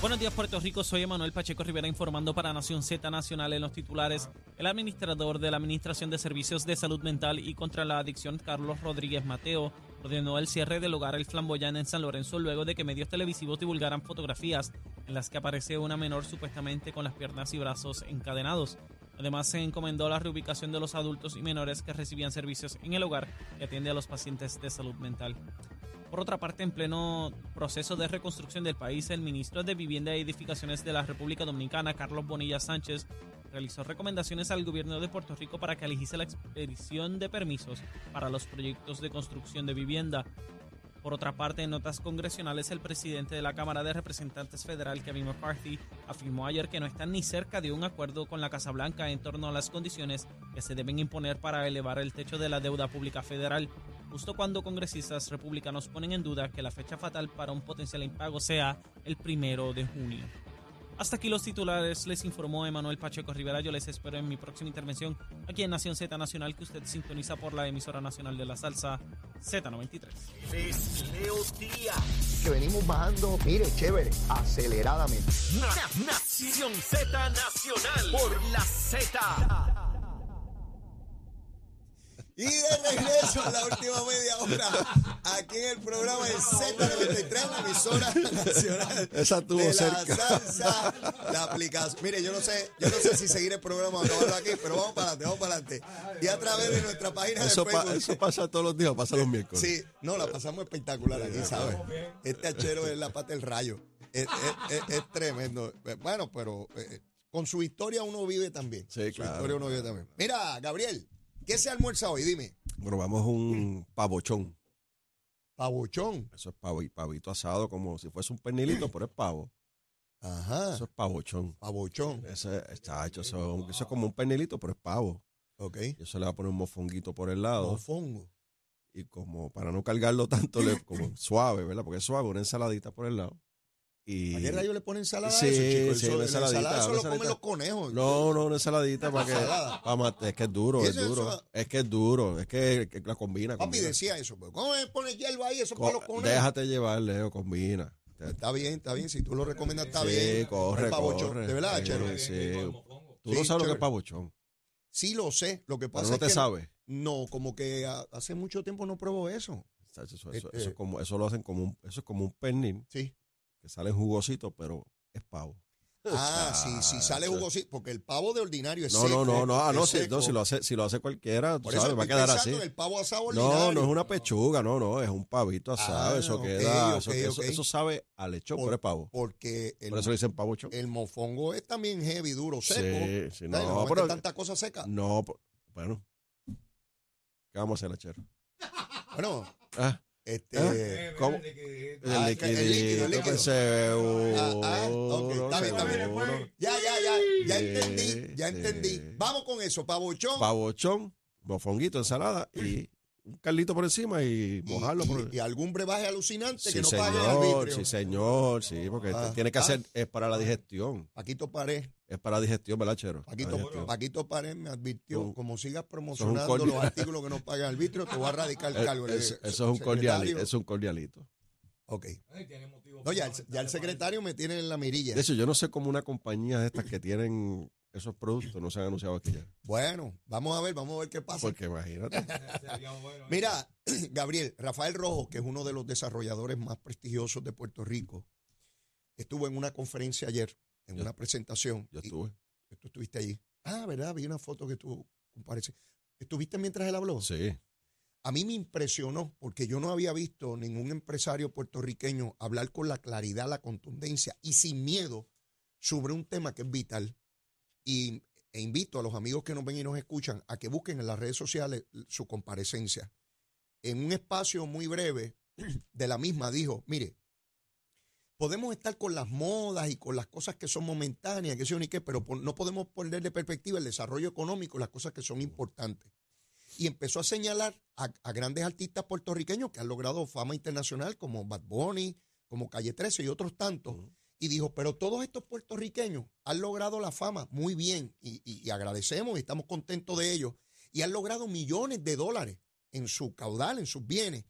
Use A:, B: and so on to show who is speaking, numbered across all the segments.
A: Buenos días, Puerto Rico. Soy Emanuel Pacheco Rivera informando para Nación Z Nacional en los titulares. El administrador de la Administración de Servicios de Salud Mental y contra la Adicción, Carlos Rodríguez Mateo, ordenó el cierre del hogar El Flamboyán en San Lorenzo luego de que medios televisivos divulgaran fotografías en las que aparece una menor supuestamente con las piernas y brazos encadenados. Además, se encomendó la reubicación de los adultos y menores que recibían servicios en el hogar que atiende a los pacientes de salud mental. Por otra parte, en pleno proceso de reconstrucción del país, el ministro de Vivienda y Edificaciones de la República Dominicana, Carlos Bonilla Sánchez, realizó recomendaciones al gobierno de Puerto Rico para que elige la expedición de permisos para los proyectos de construcción de vivienda. Por otra parte, en notas congresionales, el presidente de la Cámara de Representantes Federal, Kevin McCarthy, afirmó ayer que no están ni cerca de un acuerdo con la Casa Blanca en torno a las condiciones que se deben imponer para elevar el techo de la deuda pública federal justo cuando congresistas republicanos ponen en duda que la fecha fatal para un potencial impago sea el primero de junio. Hasta aquí los titulares, les informó Emanuel Pacheco Rivera. Yo les espero en mi próxima intervención aquí en Nación Z Nacional, que usted sintoniza por la emisora nacional de la salsa Z93.
B: Que venimos bajando, mire, chévere, aceleradamente.
C: Nación Z Nacional por la Z.
D: Y de regreso a la última media hora, aquí en el programa de Z93, la emisora nacional.
E: Esa estuvo
D: de la
E: cerca.
D: salsa, la aplicación. Mire, yo no sé, yo no sé si seguir el programa o acabarlo aquí, pero vamos para adelante, vamos para adelante. Y a través de nuestra página
E: Eso,
D: de
E: pa-
D: Facebook.
E: eso pasa todos los días, pasa los miércoles.
D: Sí, no, la pasamos espectacular aquí, ¿sabes? Este hachero es la pata del rayo. Es, es- es- es tremendo. Bueno, pero eh, con su historia uno vive también.
E: Sí,
D: Su
E: claro.
D: historia uno vive también. Mira, Gabriel, ¿qué se almuerza hoy? Dime.
E: Probamos un pavochón.
D: Pabuchón.
E: Eso es pavo, pavito asado, como si fuese un pernilito, pero es pavo.
D: Ajá.
E: Eso es pavochón.
D: Pabuchón.
E: Ese, está hecho, eso, es un- eso es como un pernilito, pero es pavo.
D: Ok.
E: Y eso le va a poner un mofonguito por el lado.
D: Mofongo.
E: Y como para no cargarlo tanto, le, como suave, ¿verdad? Porque es suave, una ensaladita por el lado. Y
D: ¿A qué rayo le ponen ensalada a
E: Sí,
D: eso, chicos?
E: sí,
D: Eso,
E: una
D: la ensalada,
E: ensaladita,
D: eso
E: una
D: lo comen
E: ensaladita.
D: los conejos.
E: No, no, una ensaladita para que.
D: Ensalada.
E: pa' mat- es que es duro,
D: ¿Y
E: es
D: eso es
E: duro.
D: ensalada?
E: Es que es duro, es que, que la combina.
D: Papi
E: combina.
D: decía eso. Pero ¿Cómo le pones hierba ahí? Eso es
E: Co-
D: para los conejos.
E: déjate llevar, Leo, combina. Te-
D: Está bien, está bien. Si tú lo recomiendas, está
E: sí,
D: bien.
E: corre,
D: El pavochón.
E: corre.
D: De verdad,
E: Sí,
D: Chero.
E: sí. Tú
D: Sí,
E: no sabes lo que
D: chévere.
E: es pavochón,
D: Sí lo sé. Lo que
E: pero
D: pasa
E: no
D: es
E: te
D: que
E: sabes.
D: No, como que ah, hace mucho tiempo no pruebo eso.
E: Chacho, Eso, eso-
D: Este-
E: eso es como, eso lo hacen como un, eso es como un pernil
D: Sí.
E: que sale jugosito, pero es pavo.
D: Ah, sí, sí, sale
E: Chacho.
D: jugosito. Porque el pavo de ordinario es
E: No,
D: seco.
E: no, no, no, ah, no,
D: es
E: si,
D: seco.
E: no, si lo hace, si lo hace cualquiera, tú
D: Por eso
E: sabes, va a
D: estoy
E: quedar así.
D: pensando en el pavo asado
E: No,
D: ordinario.
E: no es una pechuga, no, no, es un pavito asado,
D: Ah,
E: eso
D: ok,
E: queda, eso,
D: ok,
E: eso-
D: ok.
E: eso sabe a lechón,
D: Por-
E: pero es pavo.
D: Porque el,
E: Por eso le dicen pavochón.
D: el mofongo es también heavy, duro,
E: Sí,
D: seco.
E: sí,
D: Ay,
E: no,
D: no,
E: pero- Mm.
D: tanta cosa seca.
E: No, po- bueno. ¿Qué vamos a hacer, Lachero?
D: Bueno,
E: Ah,
D: este...
E: ¿Eh? ¿Cómo?
D: Ah, el líquido, el líquido.
E: pues, seguro,
D: Ah, ah, ok, está bien, está bien.
E: seguro.
D: Ya, ya, ya, ya
E: Sí,
D: entendí, ya
E: sí.
D: entendí. Vamos con eso, pavochón.
E: Pavochón, mofonguito, ensalada y un carlito por encima y
D: y- Mm.
E: mojarlo
D: y,
E: por
D: y algún brebaje alucinante que
E: Sí,
D: no pague el
E: señor,
D: arbitrio.
E: sí, señor, sí, porque
D: Ah,
E: tiene que
D: ah.
E: hacer, es para la digestión,
D: Paquito Pared,
E: es para la digestión, ¿verdad, Chero? La
D: Paquito,
E: digestión.
D: Paquito Pared me advirtió,
E: Son-
D: como sigas promocionando
E: cordial.
D: los artículos que no pagan arbitrio, te voy a radicar el
E: Eh,
D: cargo.
E: es- eso es un cordialito, es un cordialito.
D: Ok. No, ya, el- ya el secretario me tiene en la mirilla.
E: De hecho, yo no sé cómo una compañía de estas que tienen esos productos no se han anunciado aquí ya.
D: Bueno, vamos a ver, vamos a ver qué pasa.
E: Ah, Porque imagínate.
D: Mira, Gabriel, Rafael Rojo, que es uno de los desarrolladores más prestigiosos de Puerto Rico, estuvo en una conferencia ayer, en
E: Yo-
D: una presentación.
E: Yo
D: y-
E: estuve.
D: Tú estuviste allí. Ah, ¿verdad? Vi una foto que tú comparece. ¿Estuviste mientras él habló?
E: Sí.
D: A mí me impresionó porque yo no había visto ningún empresario puertorriqueño hablar con la claridad, la contundencia y sin miedo sobre un tema que es vital. Y, e invito a los amigos que nos ven y nos escuchan a que busquen en las redes sociales su comparecencia. En un espacio muy breve de la misma dijo, mire, podemos estar con las modas y con las cosas que son momentáneas, que son y qué, pero po- no podemos poner de perspectiva el desarrollo económico, las cosas que son importantes y empezó a señalar a, a grandes artistas puertorriqueños que han logrado fama internacional, como Bad Bunny, como Calle 13 y otros tantos.
E: Ujú.
D: Y dijo, pero todos estos puertorriqueños han logrado la fama muy bien y, y- y agradecemos y estamos contentos de ellos. Y han logrado millones de dólares en su caudal, en sus bienes.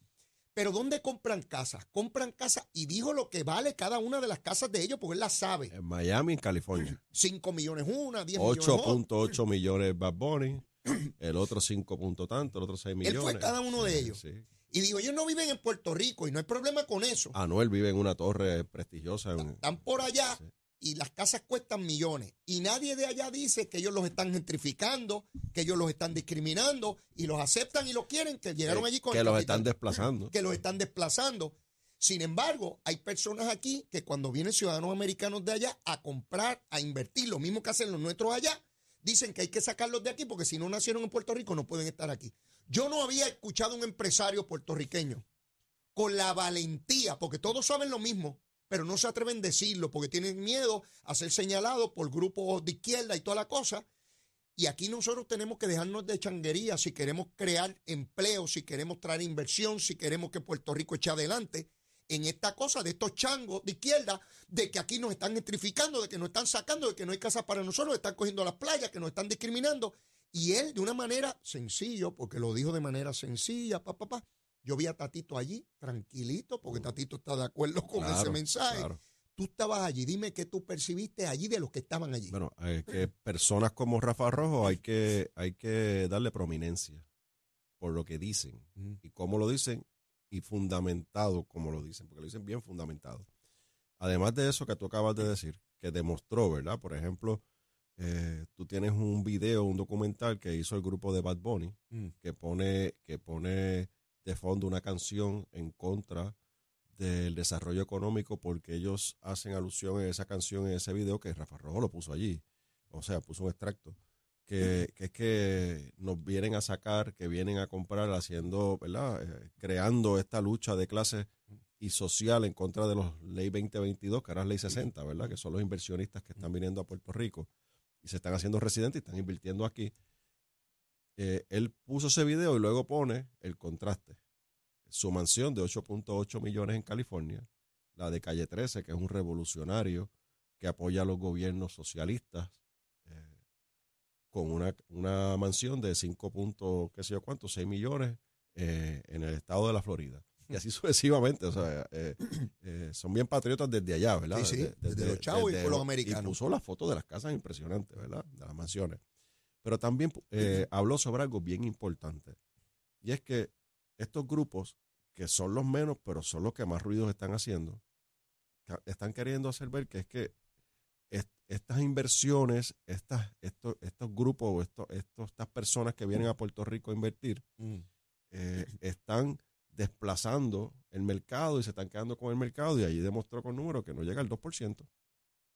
D: Pero ¿dónde compran casas? Compran casas y dijo lo que vale cada una de las casas de ellos, porque él las sabe.
E: En Miami, en California.
D: 5 millones una, 10 millones otra.
E: 8.8 millones Bad Bunny. El otro 5 punto tanto, el otro 6
D: fue a
E: millones.
D: cada uno de
E: Sí,
D: ellos.
E: sí.
D: Y digo, ellos no viven en Puerto Rico y no hay problema con eso.
E: Anuel vive en una torre prestigiosa. en-
D: Están por allá
E: Sí.
D: y las casas cuestan millones. Y nadie de allá dice que ellos los están gentrificando, que ellos los están discriminando y los aceptan y los quieren, que llegaron allí con
E: que
D: el
E: los
D: capital.
E: están desplazando.
D: que los están desplazando. Sin embargo, hay personas aquí que cuando vienen ciudadanos americanos de allá a comprar, a invertir, lo mismo que hacen los nuestros allá, dicen que hay que sacarlos de aquí porque si no nacieron en Puerto Rico no pueden estar aquí. Yo no había escuchado a un empresario puertorriqueño con la valentía, porque todos saben lo mismo, pero no se atreven a decirlo porque tienen miedo a ser señalados por grupos de izquierda y toda la cosa. Y aquí nosotros tenemos que dejarnos de changuería si queremos crear empleo, si queremos traer inversión, si queremos que Puerto Rico eche adelante en esta cosa de estos changos de izquierda, de que aquí nos están gentrificando, de que nos están sacando, de que no hay casas para nosotros, están cogiendo las playas, que nos están discriminando. Y él, de una manera sencilla, porque lo dijo de manera sencilla, pa, pa, pa. Yo vi a Tatito allí, tranquilito, porque Tatito está de acuerdo con
E: Claro,
D: ese mensaje.
E: claro.
D: Tú estabas allí, dime qué tú percibiste allí de los que estaban allí.
E: Bueno, es que personas como Rafa Rojo hay que, hay que darle prominencia por lo que dicen
D: Mm.
E: y cómo lo dicen y fundamentado como lo dicen, porque lo dicen bien fundamentado. Además de eso que tú acabas de decir, que demostró, ¿verdad? Por ejemplo, eh, tú tienes un video, un documental que hizo el grupo de Bad Bunny,
D: Mm.
E: que, pone, que pone de fondo una canción en contra del desarrollo económico porque ellos hacen alusión en esa canción, en ese video que Rafa Rojo lo puso allí. O sea, puso un extracto. Que, que es que nos vienen a sacar, que vienen a comprar haciendo, ¿verdad? Eh, creando esta lucha de clases y social en contra de los ley 2022, que ahora es ley 60, ¿verdad? Que son los inversionistas que están viniendo a Puerto Rico y se están haciendo residentes y están invirtiendo aquí. Eh, él puso ese video y luego pone el contraste. Su mansión de 8.8 millones en California, la de Calle 13, que es un revolucionario que apoya a los gobiernos socialistas, eh, con una, una mansión de 5. punto, qué sé yo cuánto, 6 millones eh, en el estado de la Florida. Y así sucesivamente, o sea, eh, eh, son bien patriotas desde allá, ¿verdad?
D: Sí, sí, desde los chavos y por los americanos.
E: Y puso las fotos de las casas impresionantes, ¿verdad? De las mansiones. Pero también eh, habló sobre algo bien importante. Y es que estos grupos, que son los menos, pero son los que más ruidos están haciendo, ca- están queriendo hacer ver que es que est- estas inversiones, estas, estos, estos grupos o estos, estos- estas personas que vienen a Puerto Rico a invertir,
D: Mm.
E: eh, están desplazando el mercado y se están quedando con el mercado y allí demostró con números que no llega al 2%.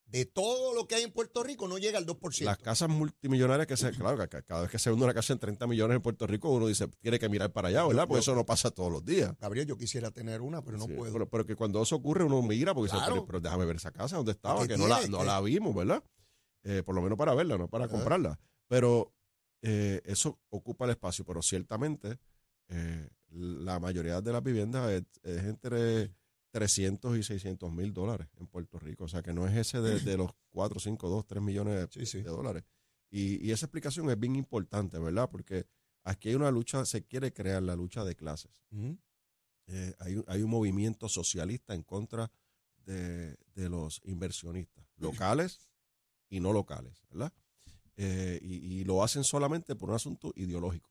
D: de todo lo que hay en Puerto Rico no llega al 2%.
E: Las casas multimillonarias que se, claro, ca- cada vez que se vende una casa en 30 millones en Puerto Rico, uno dice, tiene que mirar para allá, ¿verdad? Porque eso no pasa todos los días.
D: Gabriel, yo quisiera tener una, pero no
E: Sí,
D: puedo.
E: Pero, pero que cuando eso ocurre uno mira porque dice,
D: Claro.
E: pero, pero déjame ver esa casa donde estaba,
D: Porque
E: que no la,
D: tiene,
E: no
D: que-
E: la vimos, ¿verdad? Eh, por lo menos para verla, no para
D: Ajá.
E: comprarla. Pero eh, eso ocupa el espacio, pero ciertamente eh, la mayoría de las viviendas es, es entre 300 y 600 mil dólares en Puerto Rico. O sea que no es ese de, de los 4, 5, 2, 3 millones de,
D: Sí, sí.
E: de dólares. Y, y esa explicación es bien importante, ¿verdad? Porque aquí hay una lucha, se quiere crear la lucha de clases.
D: Mm.
E: Eh, hay, un- hay un movimiento socialista en contra de, de los inversionistas, locales y no locales, ¿verdad? Eh, y, y lo hacen solamente por un asunto ideológico.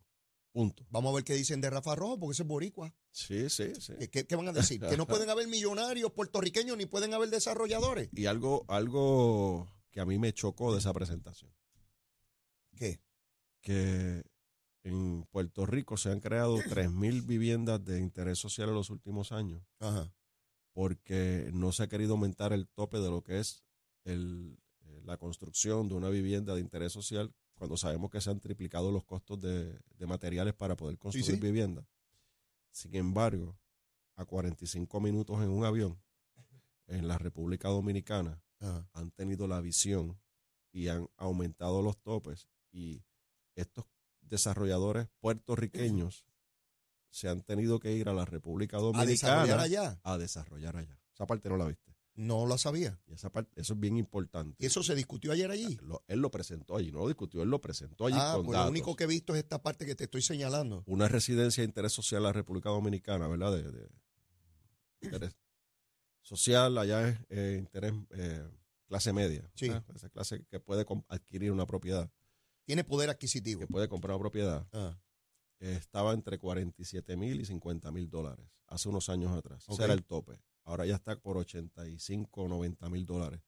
E: Punto.
D: Vamos a ver qué dicen de Rafa Rojo, porque ese es boricua.
E: Sí, sí, sí.
D: ¿Qué, qué- qué van a decir? Que no pueden haber millonarios puertorriqueños ni pueden haber desarrolladores.
E: Y algo, algo que a mí me chocó de esa presentación,
D: ¿Qué?
E: que en Puerto Rico se han creado 3.000 viviendas de interés social en los últimos años.
D: Ajá.
E: porque no se ha querido aumentar el tope de lo que es el- eh, la construcción de una vivienda de interés social cuando sabemos que se han triplicado los costos de, de materiales para poder construir
D: sí.
E: vivienda. Sin embargo, a 45 minutos en un avión, en la República Dominicana,
D: Ajá.
E: han tenido la visión y han aumentado los topes y estos desarrolladores puertorriqueños se han tenido que ir a la República
D: A desarrollar
E: Dominicana
D: allá.
E: a desarrollar allá. Esa parte no la viste.
D: No lo sabía.
E: Y esa parte, eso es bien importante.
D: Y eso se discutió ayer allí.
E: Lo- él lo presentó allí, no lo discutió, él lo presentó allí
D: Ah,
E: con
D: pues lo
E: datos.
D: único que he visto es esta parte que te estoy señalando.
E: Una residencia de interés social en la República Dominicana, ¿verdad? De, de- interés social, allá es eh, interés eh, clase media.
D: Sí.
E: ¿verdad? Esa clase que puede com- adquirir una propiedad,
D: Tiene poder adquisitivo.
E: que puede comprar una propiedad.
D: Ah,
E: eh, estaba entre 47 mil y 50 mil dólares hace unos años atrás.
D: Ok.
E: Ese era el tope. Ahora ya está por 85 o 90 mil dólares.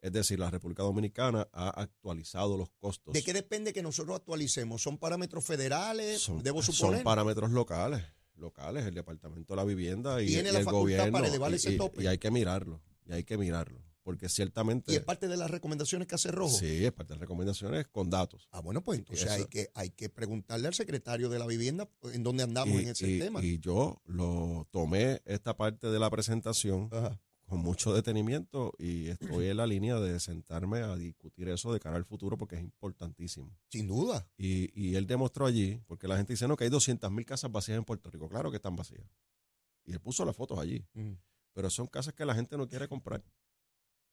E: Es decir, la República Dominicana ha actualizado los costos.
D: ¿De qué depende que nosotros actualicemos? ¿Son parámetros federales?
E: Son,
D: debo
E: son
D: suponer.
E: parámetros locales, locales, el Departamento de la Vivienda y,
D: Tiene
E: y
D: la
E: el
D: facultad
E: gobierno.
D: para elevar
E: y,
D: ese
E: y-
D: tope.
E: y hay que mirarlo, y hay que mirarlo, porque ciertamente...
D: y es parte de las recomendaciones que hace Rojo.
E: Sí, es parte de las recomendaciones con datos.
D: Ah, bueno, pues entonces
E: Eso-
D: hay que, hay que preguntarle al secretario de la vivienda en dónde andamos
E: y,
D: en ese
E: y-
D: tema.
E: y yo lo tomé esta parte de la presentación
D: Ajá.
E: con mucho detenimiento y estoy en la línea de sentarme a discutir eso de cara al futuro porque es importantísimo.
D: Sin duda.
E: Y, y él demostró allí, porque la gente dice, no, que hay 200 mil casas vacías en Puerto Rico. Claro que están vacías. Y él puso las fotos allí. Pero son casas que la gente no quiere comprar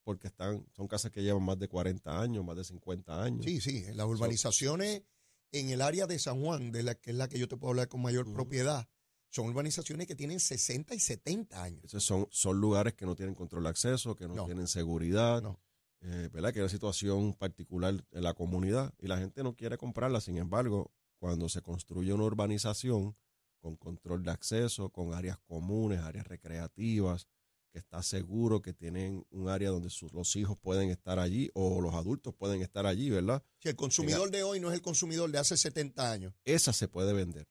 E: porque están, son casas que llevan más de 40 años, más de 50 años.
D: Sí, sí. en Las urbanizaciones en el área de San Juan, de la que es la que yo te puedo hablar con mayor
E: Ujú.
D: propiedad, son urbanizaciones que tienen 60 y 70 años.
E: Esos son, son lugares que no tienen control de acceso, que no,
D: No.
E: tienen seguridad,
D: No.
E: eh, ¿verdad? Que hay una situación particular en la comunidad y la gente no quiere comprarla. Sin embargo, cuando se construye una urbanización con control de acceso, con áreas comunes, áreas recreativas, que está seguro, que tienen un área donde sus, los hijos pueden estar allí o los adultos pueden estar allí, ¿verdad?
D: Si el consumidor de hoy no es el consumidor de hace 70 años.
E: Esa se puede vender.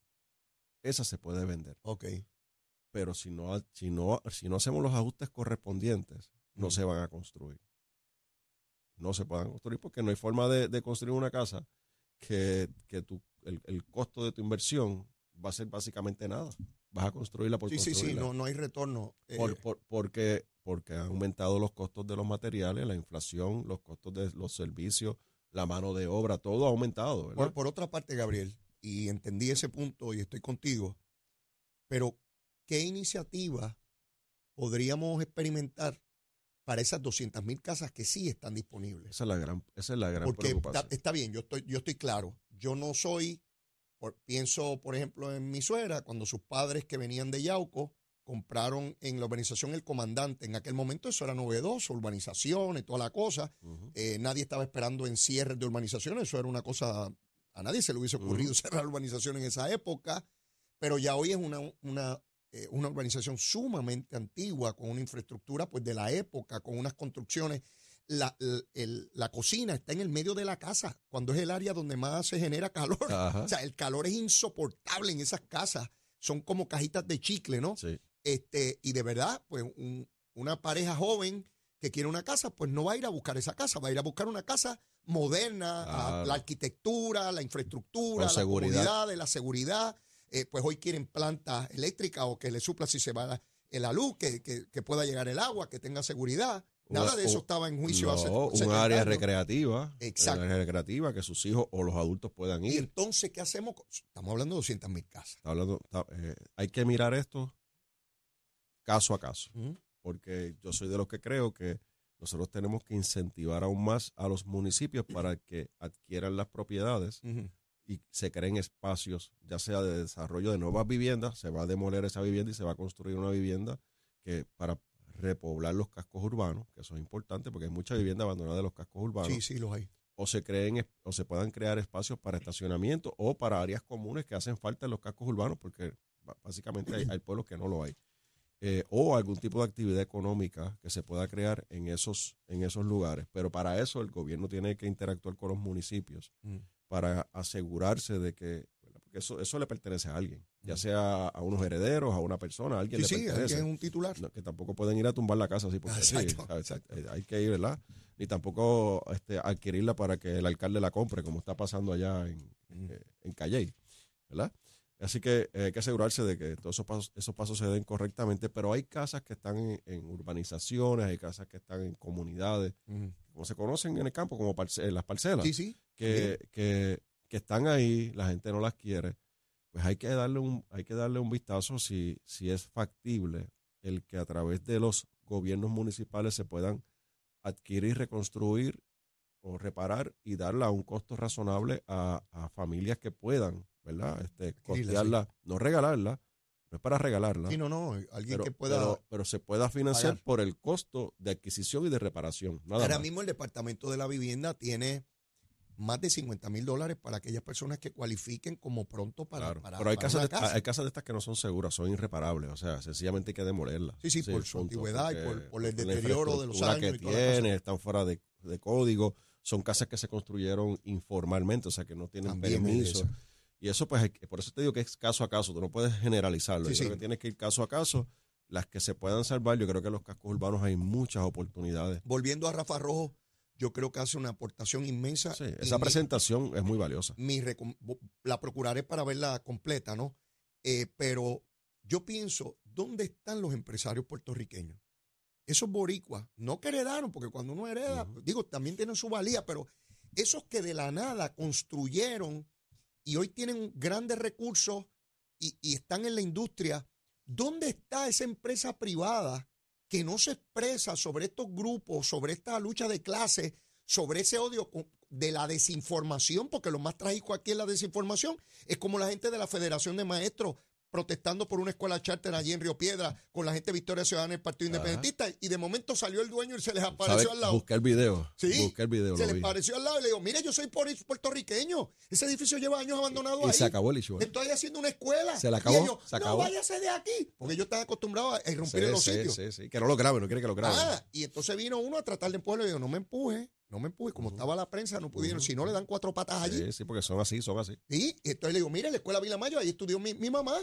E: Esa se puede vender.
D: Ok.
E: pero si no, si no, si no hacemos los ajustes correspondientes, no
D: Mm.
E: se van a construir. No se puedan construir porque no hay forma de, de construir una casa que, que tu- el, el costo de tu inversión va a ser básicamente nada. Vas a construirla por
D: Sí, sí, sí.
E: construirla.
D: No, no hay retorno. eh,
E: Por- por- porque, porque han aumentado los costos de los materiales, la inflación, los costos de los servicios, la mano de obra, todo ha aumentado. ¿verdad?
D: Por, por otra parte, Gabriel, y entendí ese punto y estoy contigo, pero ¿qué iniciativa podríamos experimentar para esas 200.000 casas que sí están disponibles?
E: esa es la gran, esa es la gran
D: Porque eh, está,
E: preocupación.
D: está bien, yo estoy, yo estoy claro, yo no soy, por- pienso por ejemplo en mi suegra, cuando sus padres que venían de Yauco compraron en la urbanización El Comandante, en aquel momento eso era novedoso, urbanizaciones, toda la cosa,
E: Ujú.
D: eh, nadie estaba esperando encierres de urbanizaciones, eso era una cosa, a nadie se le hubiese ocurrido cerrar urbanización en esa época, pero ya hoy es una, una, eh, una urbanización sumamente antigua, con una infraestructura pues de la época, con unas construcciones. La, el- el- la cocina está en el medio de la casa, cuando es el área donde más se genera calor.
E: Ajá.
D: eh, O sea, el calor es insoportable en esas casas, son como cajitas de chicle, ¿no?
E: Sí.
D: Este, y de verdad, pues un- una pareja joven que quiere una casa, pues no va a ir a buscar esa casa, va a ir a buscar una casa moderna, a-
E: Claro.
D: la arquitectura, la infraestructura,
E: Con
D: la
E: seguridad.
D: seguridad, la seguridad. Eh, pues hoy quieren plantas eléctricas o que le supla si se va la, eh, la luz, que, que- que pueda llegar el agua, que tenga seguridad. Nada
E: Una-
D: de eso
E: un-
D: estaba en juicio hace
E: No, un
D: 70
E: área
D: años.
E: recreativa.
D: Exacto.
E: Un área recreativa que sus hijos o los adultos puedan
D: Y
E: ir.
D: entonces, ¿qué hacemos? con- Estamos hablando de 200 mil casas.
E: Está hablando- está- eh, hay que mirar esto caso a caso,
D: Ujú.
E: porque yo soy de los que creo que nosotros tenemos que incentivar aún más a los municipios para que adquieran las propiedades y se creen espacios, ya sea de desarrollo de nuevas viviendas, se va a demoler esa vivienda y se va a construir una vivienda que para repoblar los cascos urbanos, que eso es importante porque hay mucha vivienda abandonada de los cascos urbanos.
D: Sí, sí, los hay.
E: o se creen es- o se puedan crear espacios para estacionamiento o para áreas comunes que hacen falta en los cascos urbanos porque ba- básicamente hay, hay pueblos que no lo hay Eh, o algún tipo de actividad económica que se pueda crear en esos en esos lugares pero para eso el gobierno tiene que interactuar con los municipios
D: Mm.
E: para asegurarse de que ¿verdad? porque eso eso le pertenece a alguien ya
D: Mm.
E: sea a unos herederos a una persona a alguien
D: Sí,
E: le
D: sí, alguien
E: pertenece
D: es un titular.
E: no, que tampoco pueden ir a tumbar la casa así porque sí,
D: Exacto.
E: ¿sabes? Exacto. Eh, hay que ir, ¿verdad? Ni tampoco este, adquirirla para que el alcalde la compre, como está pasando allá en,
D: Mm,
E: eh, en Calley, ¿verdad? Así que eh, hay que asegurarse de que todos esos pasos, esos pasos se den correctamente, pero hay casas que están en, en urbanizaciones, hay casas que están en comunidades,
D: Mm.
E: como se conocen en el campo, como parce- en las parcelas
D: Sí, sí.
E: que, que, que están ahí, la gente no las quiere, pues hay que darle un, hay que darle un vistazo si, si es factible el que a través de los gobiernos municipales se puedan adquirir, reconstruir o reparar y darla a un costo razonable a, a familias que puedan, ¿verdad? Este,
D: Adquirirla, sí.
E: costearla, no regalarla, No es para regalarla.
D: Sí, no, no, alguien
E: pero,
D: que pueda...
E: pero- pero se pueda financiar
D: pagar.
E: por el costo de adquisición y de reparación. Nada
D: Ahora
E: más.
D: mismo el Departamento de la Vivienda tiene más de 50 mil dólares para aquellas personas que cualifiquen como pronto para,
E: Claro.
D: para-
E: pero hay
D: para
E: casas,
D: una
E: de, hay casas de estas que no son seguras, son irreparables. O sea, sencillamente hay que demolerlas.
D: Sí, sí, por su
E: punto,
D: antigüedad y
E: porque-
D: por- por el
E: porque la
D: deterioro de los
E: infraestructura
D: años
E: que
D: y toda la cosa.
E: tiene, están fuera de, de código. Son casas que se construyeron informalmente, o sea, que no tienen
D: También es
E: permiso.
D: esa.
E: Y eso, pues, hay que- por eso te digo que es caso a caso. Tú no puedes generalizarlo.
D: Sí,
E: yo creo
D: sí.
E: que tienes que ir caso a caso. Las que se puedan salvar, yo creo que en los cascos urbanos hay muchas oportunidades.
D: Volviendo a Rafa Rojo, yo creo que hace una aportación inmensa.
E: Sí,
D: Ah, y
E: esa
D: mi-
E: presentación es muy valiosa.
D: mi recom- bu- la procuraré para verla completa, ¿no? Eh, pero yo pienso, ¿dónde están los empresarios puertorriqueños? Esos boricuas, no que heredaron, porque cuando uno hereda,
E: Ujú.
D: digo, también tienen su valía, pero esos que de la nada construyeron y hoy tienen grandes recursos y, y están en la industria, ¿dónde está esa empresa privada que no se expresa sobre estos grupos, sobre esta lucha de clases, sobre ese odio cu- de la desinformación? Porque lo más trágico aquí es la desinformación. Es como la gente de la Federación de Maestros protestando por una escuela charter allí en Río Piedra, con la gente de Victoria Ciudadana del Partido
E: Ajá.
D: Independentista, y de momento salió el dueño y se les
E: ¿Sabes?
D: apareció al lado.
E: Busqué el video.
D: Sí,
E: Busqué el video.
D: Se
E: lo
D: les
E: vi.
D: pareció al lado y le digo, mire, yo soy puer- puertorriqueño. Ese edificio lleva años abandonado
E: Y
D: ahí.
E: se acabó el issue. ¿eh?
D: Estoy haciendo una escuela.
E: Se la
D: Y
E: acabó,
D: ellos,
E: se acabó.
D: No, váyase de aquí. Porque ellos están acostumbrados a irrumpir en los
E: sí,
D: sitios.
E: sí, sí. Que no lo graben, no quiere que lo graben.
D: Ah, y entonces vino uno a tratar de empujarlo y digo, no me empuje, no me empuje. Como
E: Ujú.
D: estaba la prensa, no pudieron.
E: Ujú.
D: Si no, le dan cuatro patas allí.
E: sí, sí, porque son así, son así.
D: Sí, y entonces le digo, mire, la escuela Vila Mayo, ahí estudió mi, mi mamá.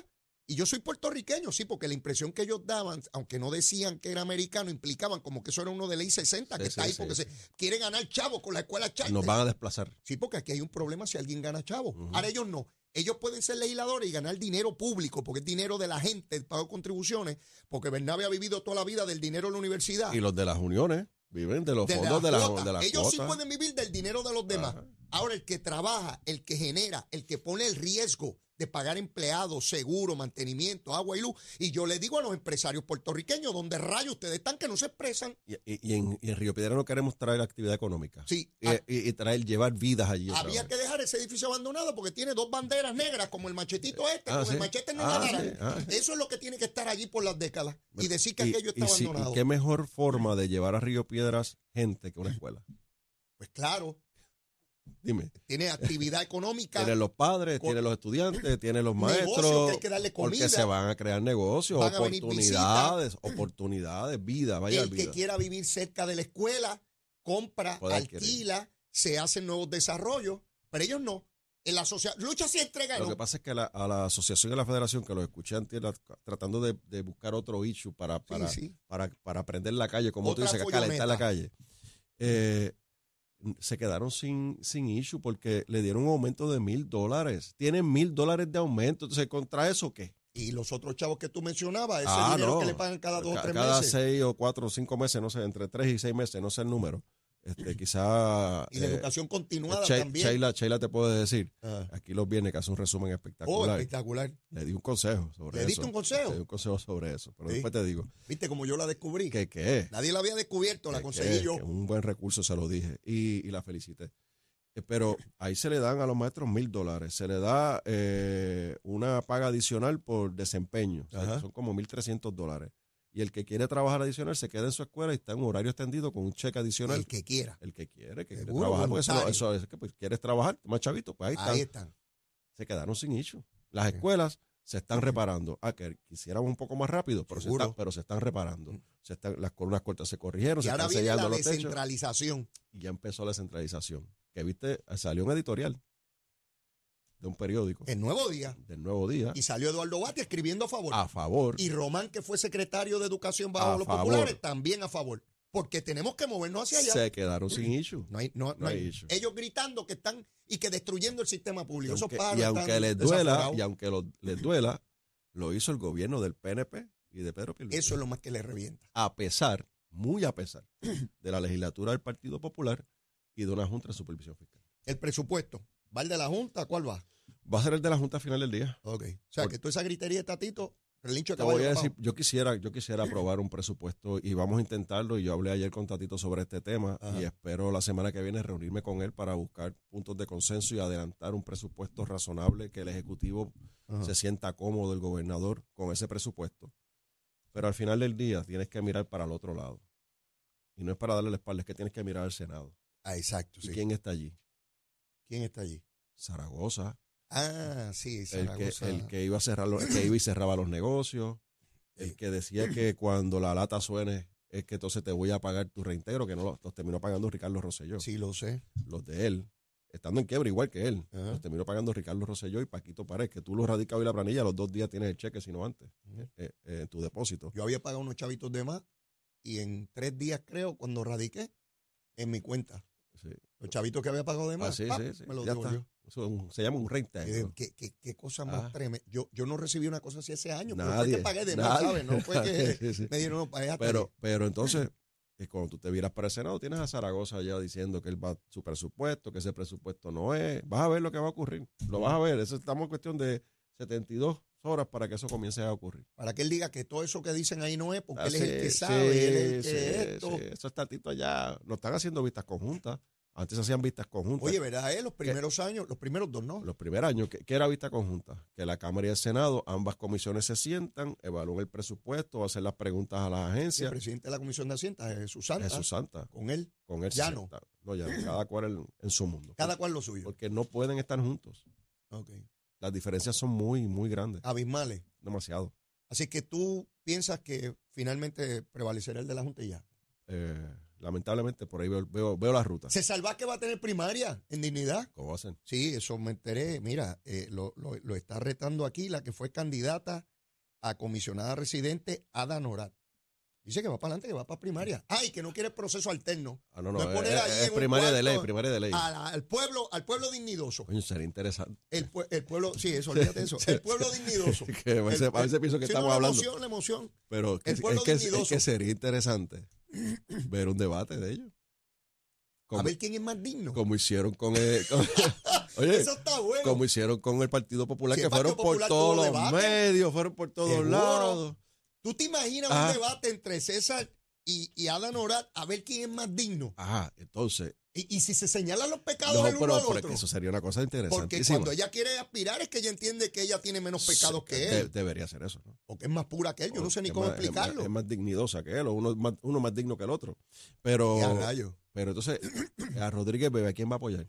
D: Y yo soy puertorriqueño, sí, porque la impresión que ellos daban, aunque no decían que era americano, implicaban como que eso era uno de ley 60 que
E: Sí,
D: está
E: sí,
D: ahí
E: sí,
D: porque
E: sí.
D: se quiere ganar chavo con la escuela charter.
E: Nos van a desplazar.
D: Sí, porque aquí hay un problema si alguien gana chavo.
E: Ujú.
D: Ahora ellos no. Ellos pueden ser legisladores y ganar dinero público, porque es dinero de la gente, el pago de contribuciones, porque Bernabe ha vivido toda la vida del dinero de la universidad.
E: Y los de las uniones viven de los
D: de
E: fondos de
D: las
E: las
D: cuotas.
E: de las
D: Ellos sí
E: cuotas.
D: pueden vivir del dinero de los demás.
E: Ajá.
D: Ahora, el que trabaja, el que genera, el que pone el riesgo de pagar empleados, seguro, mantenimiento, agua y luz. Y yo le digo a los empresarios puertorriqueños, donde rayos ustedes están que no se expresan?
E: Y, y- y en, y en Río Piedra no queremos traer actividad económica.
D: Sí, Ah.
E: Y, y- y traer, llevar vidas allí. otra
D: Había
E: vez.
D: que dejar ese edificio abandonado porque tiene dos banderas negras, como el machetito este,
E: Ah,
D: con
E: sí.
D: el machete no
E: Ah,
D: la
E: sí, ah, sí.
D: Eso es lo que tiene que estar allí por las décadas y decir que
E: Y-
D: aquello está
E: y si- y
D: abandonado.
E: qué mejor forma de llevar a Río Piedras gente que una escuela.
D: Pues claro,
E: Dime.
D: tiene actividad económica,
E: Tienen los padres,
D: Con-
E: tienen los estudiantes, tienen los
D: Negocios que
E: maestros.
D: hay que darle comida.
E: Porque se van a crear negocios,
D: Van a venir
E: oportunidades, oportunidades, vida, vaya
D: el que
E: vida.
D: quiera vivir cerca de la escuela, compra,
E: Puede adquirir.
D: alquila, se hacen nuevos desarrollos, pero ellos no. En la sociedad, lucha si entrega,
E: Lo que
D: no.
E: pasa es que la- a la asociación y a la federación, que lo escuché antes, la- tratando de, de buscar otro issue para, para,
D: sí.
E: Para, para prender la calle, como tú
D: Otra
E: dices, que calentar
D: folloneta.
E: la calle, eh, se quedaron sin, sin issue porque le dieron un aumento de mil dólares. Tienen mil dólares de aumento. Entonces, ¿contra eso qué?
D: Y los otros chavos que tú mencionabas, ese
E: Ah,
D: dinero
E: no.
D: que le pagan cada dos
E: Ca-
D: o tres
E: cada
D: meses.
E: seis o cuatro o cinco meses, no sé, entre tres y seis meses, no sé el número. Este, quizá...
D: y la
E: eh,
D: educación continuada
E: Che-
D: también.
E: Sheila, Sheila te puede decir,
D: Ah.
E: aquí los viene que hace un resumen
D: Oh,
E: espectacular.
D: espectacular.
E: Le di un consejo sobre
D: ¿Le
E: eso.
D: diste un consejo?
E: Le di un consejo sobre eso. Pero
D: Sí.
E: después te digo,
D: ¿Viste como yo la descubrí?
E: que qué?
D: Nadie la había descubierto, la
E: que-
D: conseguí
E: que-
D: yo.
E: que un buen recurso, se lo dije. Y, y la felicité. Eh, Pero ahí se le dan a los maestros mil dólares. Se le da eh, una paga adicional por desempeño. O sea,
D: Ajá.
E: son como mil trescientos dólares. Y el que quiere trabajar adicional se queda en su escuela y está en horario extendido con un cheque adicional.
D: El que quiera.
E: El que quiere, que quiere
D: Seguro,
E: trabajar. Porque eso, no-
D: voluntario.
E: eso es que pues, quieres trabajar, más chavito, pues ahí, está
D: Ahí están.
E: se quedaron sin hecho. Las escuelas se están reparando. Ah, que quisiéramos un poco más rápido, pero, se
D: Seguro. Mm.
E: están, pero se están reparando. Se están, las columnas cortas se corrigieron,
D: Y
E: se
D: ahora
E: están
D: viene la
E: sellando los techos
D: descentralización.
E: y ya empezó la centralización. Que viste, salió un editorial de un periódico
D: El nuevo día.
E: del Nuevo Día
D: Eh, Y salió Eduardo Bati escribiendo a favor.
E: Ah. a favor.
D: Y Román, que fue secretario de Educación bajo
E: A
D: los
E: favor.
D: populares, también a favor. Porque tenemos que movernos hacia allá.
E: Se quedaron sin hecho.
D: No hay, no, no
E: No hay
D: hay-
E: issue.
D: Ellos gritando que están y que destruyendo el sistema
E: Y
D: público. Esos
E: aunque,
D: pájaros
E: y aunque
D: están
E: les duela,
D: desaforados.
E: y aunque lo- les duela, lo hizo el gobierno del PNP y de Pedro Pierluisi.
D: Eso es lo más que les revienta.
E: a pesar, muy a pesar, de la legislatura del Partido Popular y de una Junta de Supervisión Fiscal.
D: El presupuesto. ¿Va el de la Junta? ¿Cuál va?
E: Va a ser el de la Junta a final del día.
D: Ok. O sea,
E: Por-
D: que toda esa gritería está, Tito, Relincho de
E: Te voy
D: caballo,
E: a
D: papá.
E: decir, yo quisiera, yo quisiera aprobar un presupuesto y vamos a intentarlo. Y yo hablé ayer con Tatito sobre este tema
D: Ajá.
E: y espero la semana que viene reunirme con él para buscar puntos de consenso y adelantar un presupuesto razonable que el Ejecutivo
D: Ajá.
E: se sienta cómodo, el gobernador, con ese presupuesto. Pero al final del día tienes que mirar para el otro lado. Y no es para darle la espalda, es que tienes que mirar al Senado.
D: Ah, exacto,
E: ¿Y
D: sí. ¿Quién?
E: quién está allí?
D: está allí?
E: Zaragoza,
D: Ah, sí,
E: el que,
D: Zaragoza.
E: el que iba a cerrar los- el que iba y cerraba los negocios,
D: Sí.
E: el que decía que cuando la lata suene es que entonces te voy a pagar tu reintegro, que no lo- los terminó pagando Ricardo Rosselló.
D: Sí, lo sé.
E: Los de él, estando en quiebra igual que él,
D: Ajá.
E: los terminó pagando Ricardo Rosselló y Paquito Pared, que tú los radicas hoy la planilla, los dos días tienes el cheque, si no antes,
D: Ujú.
E: eh, eh, en tu depósito.
D: Yo había pagado unos chavitos de más y en tres días, creo, cuando radiqué, en mi cuenta.
E: Sí.
D: Los chavitos que había pagado de
E: Ah,
D: más,
E: sí,
D: ¡pap!
E: sí, sí,
D: me los
E: ya
D: devolvió.
E: está. Eso es un- se llama un reintegro.
D: Qué, qué- qué cosa más
E: Ah.
D: tremenda. Yo, yo no recibí una cosa así ese año, pero fue
E: Nadie,
D: que pagué de más,
E: nadie,
D: ¿sabes? No fue
E: nadie,
D: que
E: sí, sí.
D: me dieron, no, pagué hasta
E: Pero,
D: ahí.
E: pero entonces, eh, cuando tú te viras para el Senado, tienes a Zaragoza ya diciendo que él va a su presupuesto, que ese presupuesto no es. Vas a ver lo que va a ocurrir. Lo vas a ver. Eso estamos en cuestión de 72 horas para que eso comience a ocurrir.
D: Para que él diga que todo eso que dicen ahí no es, porque
E: Ah,
D: él es el
E: sí,
D: que
E: sí,
D: sabe, él es el que
E: sí,
D: esto.
E: sí. Eso está tito allá. Nos están haciendo vistas conjuntas. Antes se hacían vistas conjuntas.
D: Oye, ¿verdad? eh? Los primeros años, los primeros dos, ¿no?
E: los primeros años, ¿qué, qué era vista conjunta? Que la Cámara y el Senado, ambas comisiones se sientan, evalúan el presupuesto, hacen las preguntas a las
D: El
E: agencias.
D: presidente de la Comisión de Hacienda, Jesús Santa,
E: Jesús Santa.
D: con él,
E: con él se
D: Ya no.
E: sienta. No, ya no. cada cual en, en su mundo.
D: cada cual lo suyo.
E: Porque no pueden estar juntos.
D: Ok.
E: Las diferencias son muy, muy grandes.
D: Abismales.
E: Demasiado.
D: Así que tú piensas que finalmente prevalecerá el de la Junta y ya.
E: Eh, lamentablemente, por ahí veo, veo, veo la ruta.
D: Se salva que va a tener primaria en dignidad.
E: ¿Cómo hacen?
D: Sí, eso me enteré. Mira, eh, lo, lo- lo está retando aquí la que fue candidata a comisionada residente, Ada Norat. Dice que va para adelante, que va para primaria. Ay, que no quiere proceso alterno.
E: Ah, no, no.
D: Me
E: eh,
D: ponen
E: eh,
D: ahí
E: Es,
D: en un
E: primaria de
D: cuarto
E: ley, primaria de ley.
D: a la- al pueblo, al pueblo dignidoso.
E: Coño, sería interesante.
D: El, pue- el pueblo, sí, eso, olvídate de eso. El pueblo dignidoso.
E: Que a, veces,
D: El-
E: a veces pienso que
D: sí, no,
E: estamos
D: la
E: hablando.
D: Emoción, la emoción.
E: Pero que-
D: el
E: es,
D: pueblo
E: que, es
D: dividoso.
E: que sería interesante ver un debate de ellos.
D: A
E: Como,
D: ver quién es más digno.
E: como hicieron con. el- con- oye,
D: Eso está bueno.
E: como hicieron con el Partido Popular,
D: Si el
E: que fueron
D: Partido
E: por
D: Popular tuvo
E: todos los
D: debate.
E: medios, fueron por todos
D: Seguro.
E: lados.
D: ¿Tú te imaginas
E: Ah.
D: un debate entre César y, y Ada Norat a ver quién es más digno?
E: Ajá, entonces.
D: Y, y si se señalan los pecados
E: No,
D: del uno
E: pero,
D: al
E: pero
D: otro.
E: eso sería una cosa
D: Porque
E: interesantísima.
D: cuando ella quiere aspirar es que ella entiende que ella tiene menos pecados que
E: De-
D: él.
E: debería ser eso. ¿no?
D: Porque es más pura que él. Yo no sé ni
E: Oh, Es
D: cómo
E: más- es más-
D: explicarlo.
E: Es más dignidosa que él, o uno es más, uno más digno que el otro. Pero,
D: Ya, rayo.
E: pero entonces, a Rodríguez Bebe, ¿a quién va a apoyar?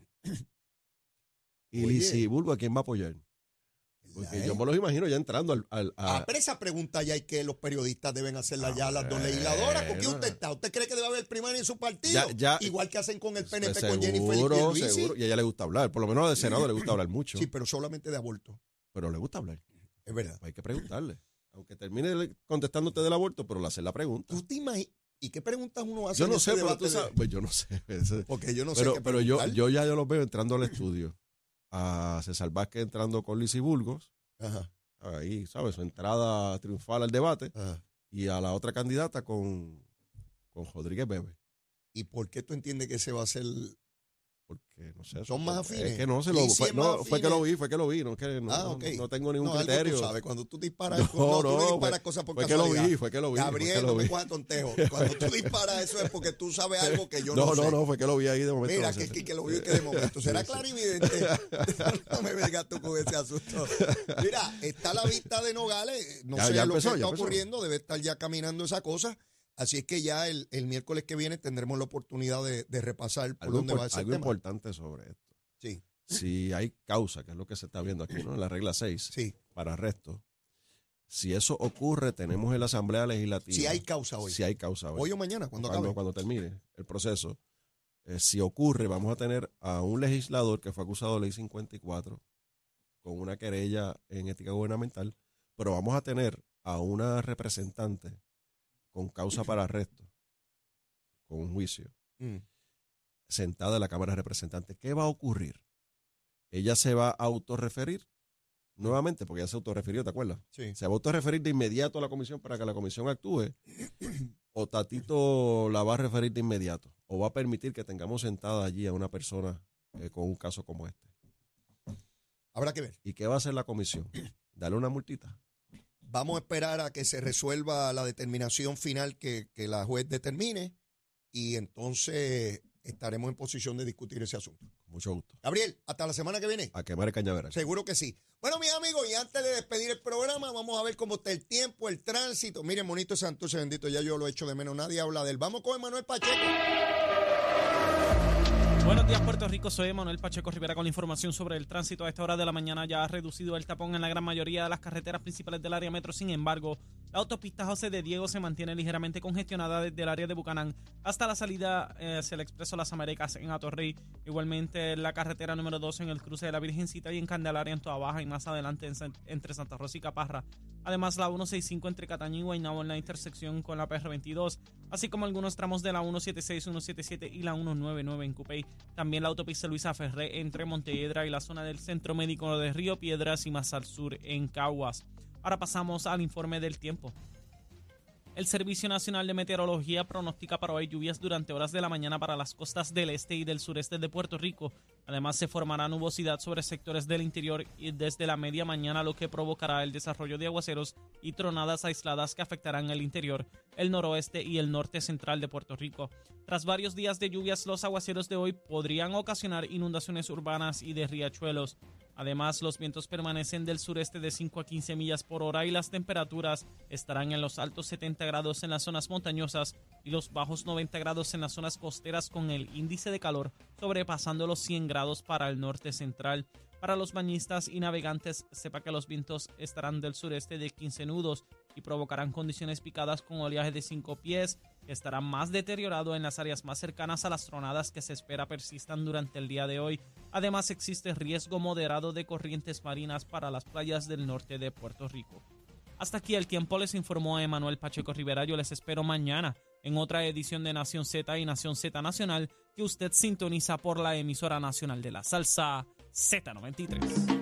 E: Y
D: Oye.
E: Lizzy Bulbo, ¿a quién va a apoyar?
D: Ya,
E: Porque
D: ¿eh?
E: yo me los imagino ya entrando al. al- a-
D: Ah, pero esa pregunta ya hay que los periodistas deben hacerla ya a las dos
E: Ah,
D: legisladoras. ¿Con quién
E: bueno.
D: usted está? ¿Usted cree que debe haber primaria en su partido?
E: Ya- ya-
D: Igual que hacen con el
E: pues,
D: PNP, con Jennifer y
E: seguro,
D: Pierluisi.
E: seguro. Y a ella le gusta hablar. Por lo menos al Senado le gusta hablar mucho.
D: Sí, pero solamente de aborto.
E: Pero le gusta hablar.
D: Es verdad.
E: Hay que preguntarle. Aunque termine contestándote del aborto, pero le hacer la pregunta.
D: ¿Tú te imaginas? ¿Y qué preguntas uno hace?
E: Yo
D: en
E: no
D: ese
E: sé, pero
D: debate
E: tú
D: de-
E: sabes. Pues yo no sé. Eso-
D: Porque yo no sé
E: pero,
D: qué
E: pero yo,
D: preguntar.
E: yo ya yo los veo entrando al estudio. A César Vázquez entrando con Liz y Burgos.
D: Ajá,
E: Ahí, ¿sabes? Su entrada triunfal al debate.
D: ajá.
E: Y a la otra candidata con, con Rodríguez Bebe.
D: ¿Y por qué tú entiendes que ese va a ser el-
E: Porque, no sé.
D: Son más afines.
E: Es que no se lo.
D: Lizzy
E: Fue,
D: es más
E: no, fue que lo
D: afines.
E: vi, fue que lo vi. No, es que no,
D: Ah,
E: no-
D: ok.
E: no tengo ningún
D: algo
E: criterio.
D: Tú sabes, cuando tú disparas,
E: No,
D: no, tú no
E: no,
D: disparas
E: fue-
D: cosas por
E: fue que lo
D: casualidad.
E: vi, fue que lo vi. fue que
D: Gabriel,
E: lo
D: no
E: vi.
D: me cojas tontejo. Cuando tú disparas eso es porque tú sabes algo que yo no,
E: no,
D: sé.
E: no, fue que lo vi ahí de momento.
D: Mira,
E: no
D: que,
E: sé.
D: que, que lo vi que de momento será clarividente. no me vengas tú con ese asunto. Mira, está la vista de Nogales. No
E: Ya-
D: sé
E: ya
D: lo
E: empezó,
D: que
E: ya
D: está
E: empezó.
D: ocurriendo. Debe estar ya caminando esa cosa. Así es que ya el, el miércoles que viene tendremos la oportunidad de, de repasar por
E: algo,
D: dónde va
E: impor-
D: ese
E: algo
D: tema.
E: importante sobre esto.
D: Sí.
E: Si hay causa, que es lo que se está viendo aquí, ¿no? En la regla 6,
D: Sí.
E: para arresto. Si eso ocurre, tenemos en la Asamblea Legislativa.
D: Si hay causa hoy.
E: Si hay causa hoy.
D: hoy o mañana, cuando acabe.
E: cuando, cuando termine el proceso. eh, si ocurre, vamos a tener a un legislador que fue acusado de ley 54 con una querella en ética gubernamental, pero vamos a tener a una representante con causa para arresto, con un juicio
D: Mm.
E: sentada en la Cámara de Representantes. ¿Qué va a ocurrir? Ella se va a autorreferir nuevamente, porque ya se autorrefirió, ¿te acuerdas?
D: Sí.
E: ¿Se va a autorreferir de inmediato a la comisión para que la comisión actúe? ¿O Tatito la va a referir de inmediato? ¿O va a permitir que tengamos sentada allí a una persona eh, con un caso como este?
D: Habrá que ver.
E: ¿Y qué va a hacer la comisión? ¿Darle una multita?
D: Vamos a esperar a que se resuelva la determinación final que, que la juez determine y entonces estaremos en posición de discutir ese asunto.
E: Con mucho gusto.
D: Gabriel, hasta la semana que viene.
E: A quemar el cañaveral.
D: Seguro que sí. Bueno, mis amigos, y antes de despedir el programa, vamos a ver cómo está el tiempo, el tránsito. Miren, bonito Santurce, bendito, ya yo lo echo de menos. Nadie habla del. Vamos con Manuel Pacheco.
A: Buenos días, Puerto Rico. Soy Manuel Pacheco Rivera con la información sobre el tránsito. A esta hora de la mañana ya ha reducido el tapón en la gran mayoría de las carreteras principales del área metro. Sin embargo, la autopista José de Diego se mantiene ligeramente congestionada desde el área de Bucanán hasta la salida eh, hacia el Expreso Las Américas en Atorrey. Igualmente, la carretera número 2 en el cruce de la Virgencita y en Candelaria en Toa Baja y más adelante en San- entre Santa Rosa y Caparra. Además, la 165 entre Cataño y Guaynabo en la intersección con la PR22, así como algunos tramos de la 176, 177 y la 199 en Cupey. También la autopista Luisa Ferré entre Montelledra y la zona del Centro Médico de Río Piedras y más al sur en Caguas. Ahora pasamos al informe del tiempo. El Servicio Nacional de Meteorología pronostica para hoy lluvias durante horas de la mañana para las costas del este y del sureste de Puerto Rico. Además, se formará nubosidad sobre sectores del interior y desde la media mañana, lo que provocará el desarrollo de aguaceros y tronadas aisladas que afectarán el interior, el noroeste y el norte central de Puerto Rico. Tras varios días de lluvias, los aguaceros de hoy podrían ocasionar inundaciones urbanas y de riachuelos. Además, los vientos permanecen del sureste de 5 a 15 millas por hora y las temperaturas estarán en los altos 70 grados en las zonas montañosas y los bajos 90 grados en las zonas costeras con el índice de calor sobrepasando los 100 grados para el norte central. Para los bañistas y navegantes, sepa que los vientos estarán del sureste de 15 nudos y provocarán condiciones picadas con oleaje de 5 pies, que estará más deteriorado en las áreas más cercanas a las tronadas que se espera persistan durante el día de hoy. Además, existe riesgo moderado de corrientes marinas para las playas del norte de Puerto Rico. Hasta aquí el tiempo les informó Emanuel Pacheco Rivera. Yo les espero mañana en otra edición de Nación Z y Nación Z Nacional que usted sintoniza por la emisora nacional de la salsa Z93.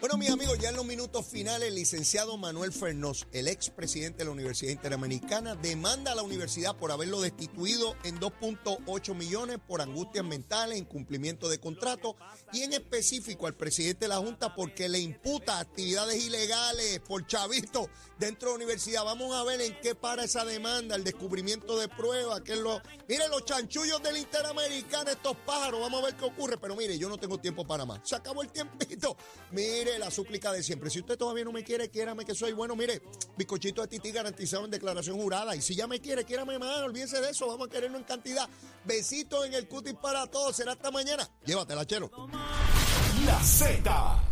D: Bueno, mis amigos, ya en los minutos finales, el licenciado Manuel Fernós, el expresidente de la Universidad Interamericana, demanda a la universidad por haberlo destituido en 2.8 millones por angustias mentales, incumplimiento de contrato y en específico al presidente de la Junta porque le imputa actividades ilegales por chavito dentro de la universidad. Vamos a ver en qué para esa demanda, el descubrimiento de pruebas, que es lo... Miren los chanchullos del Interamericana, estos pájaros, vamos a ver qué ocurre, pero mire, yo no tengo tiempo para más. Se acabó el tiempito. Mire, la súplica de siempre. Si usted todavía no me quiere, quiérame que soy bueno. Mire, bizcochito de tití garantizado en declaración jurada. Y si ya me quiere, quiérame más, olvídense de eso, vamos a querernos en cantidad. Besitos en el cutis para todos. Será hasta mañana. Llévatela, chero.
C: La Z.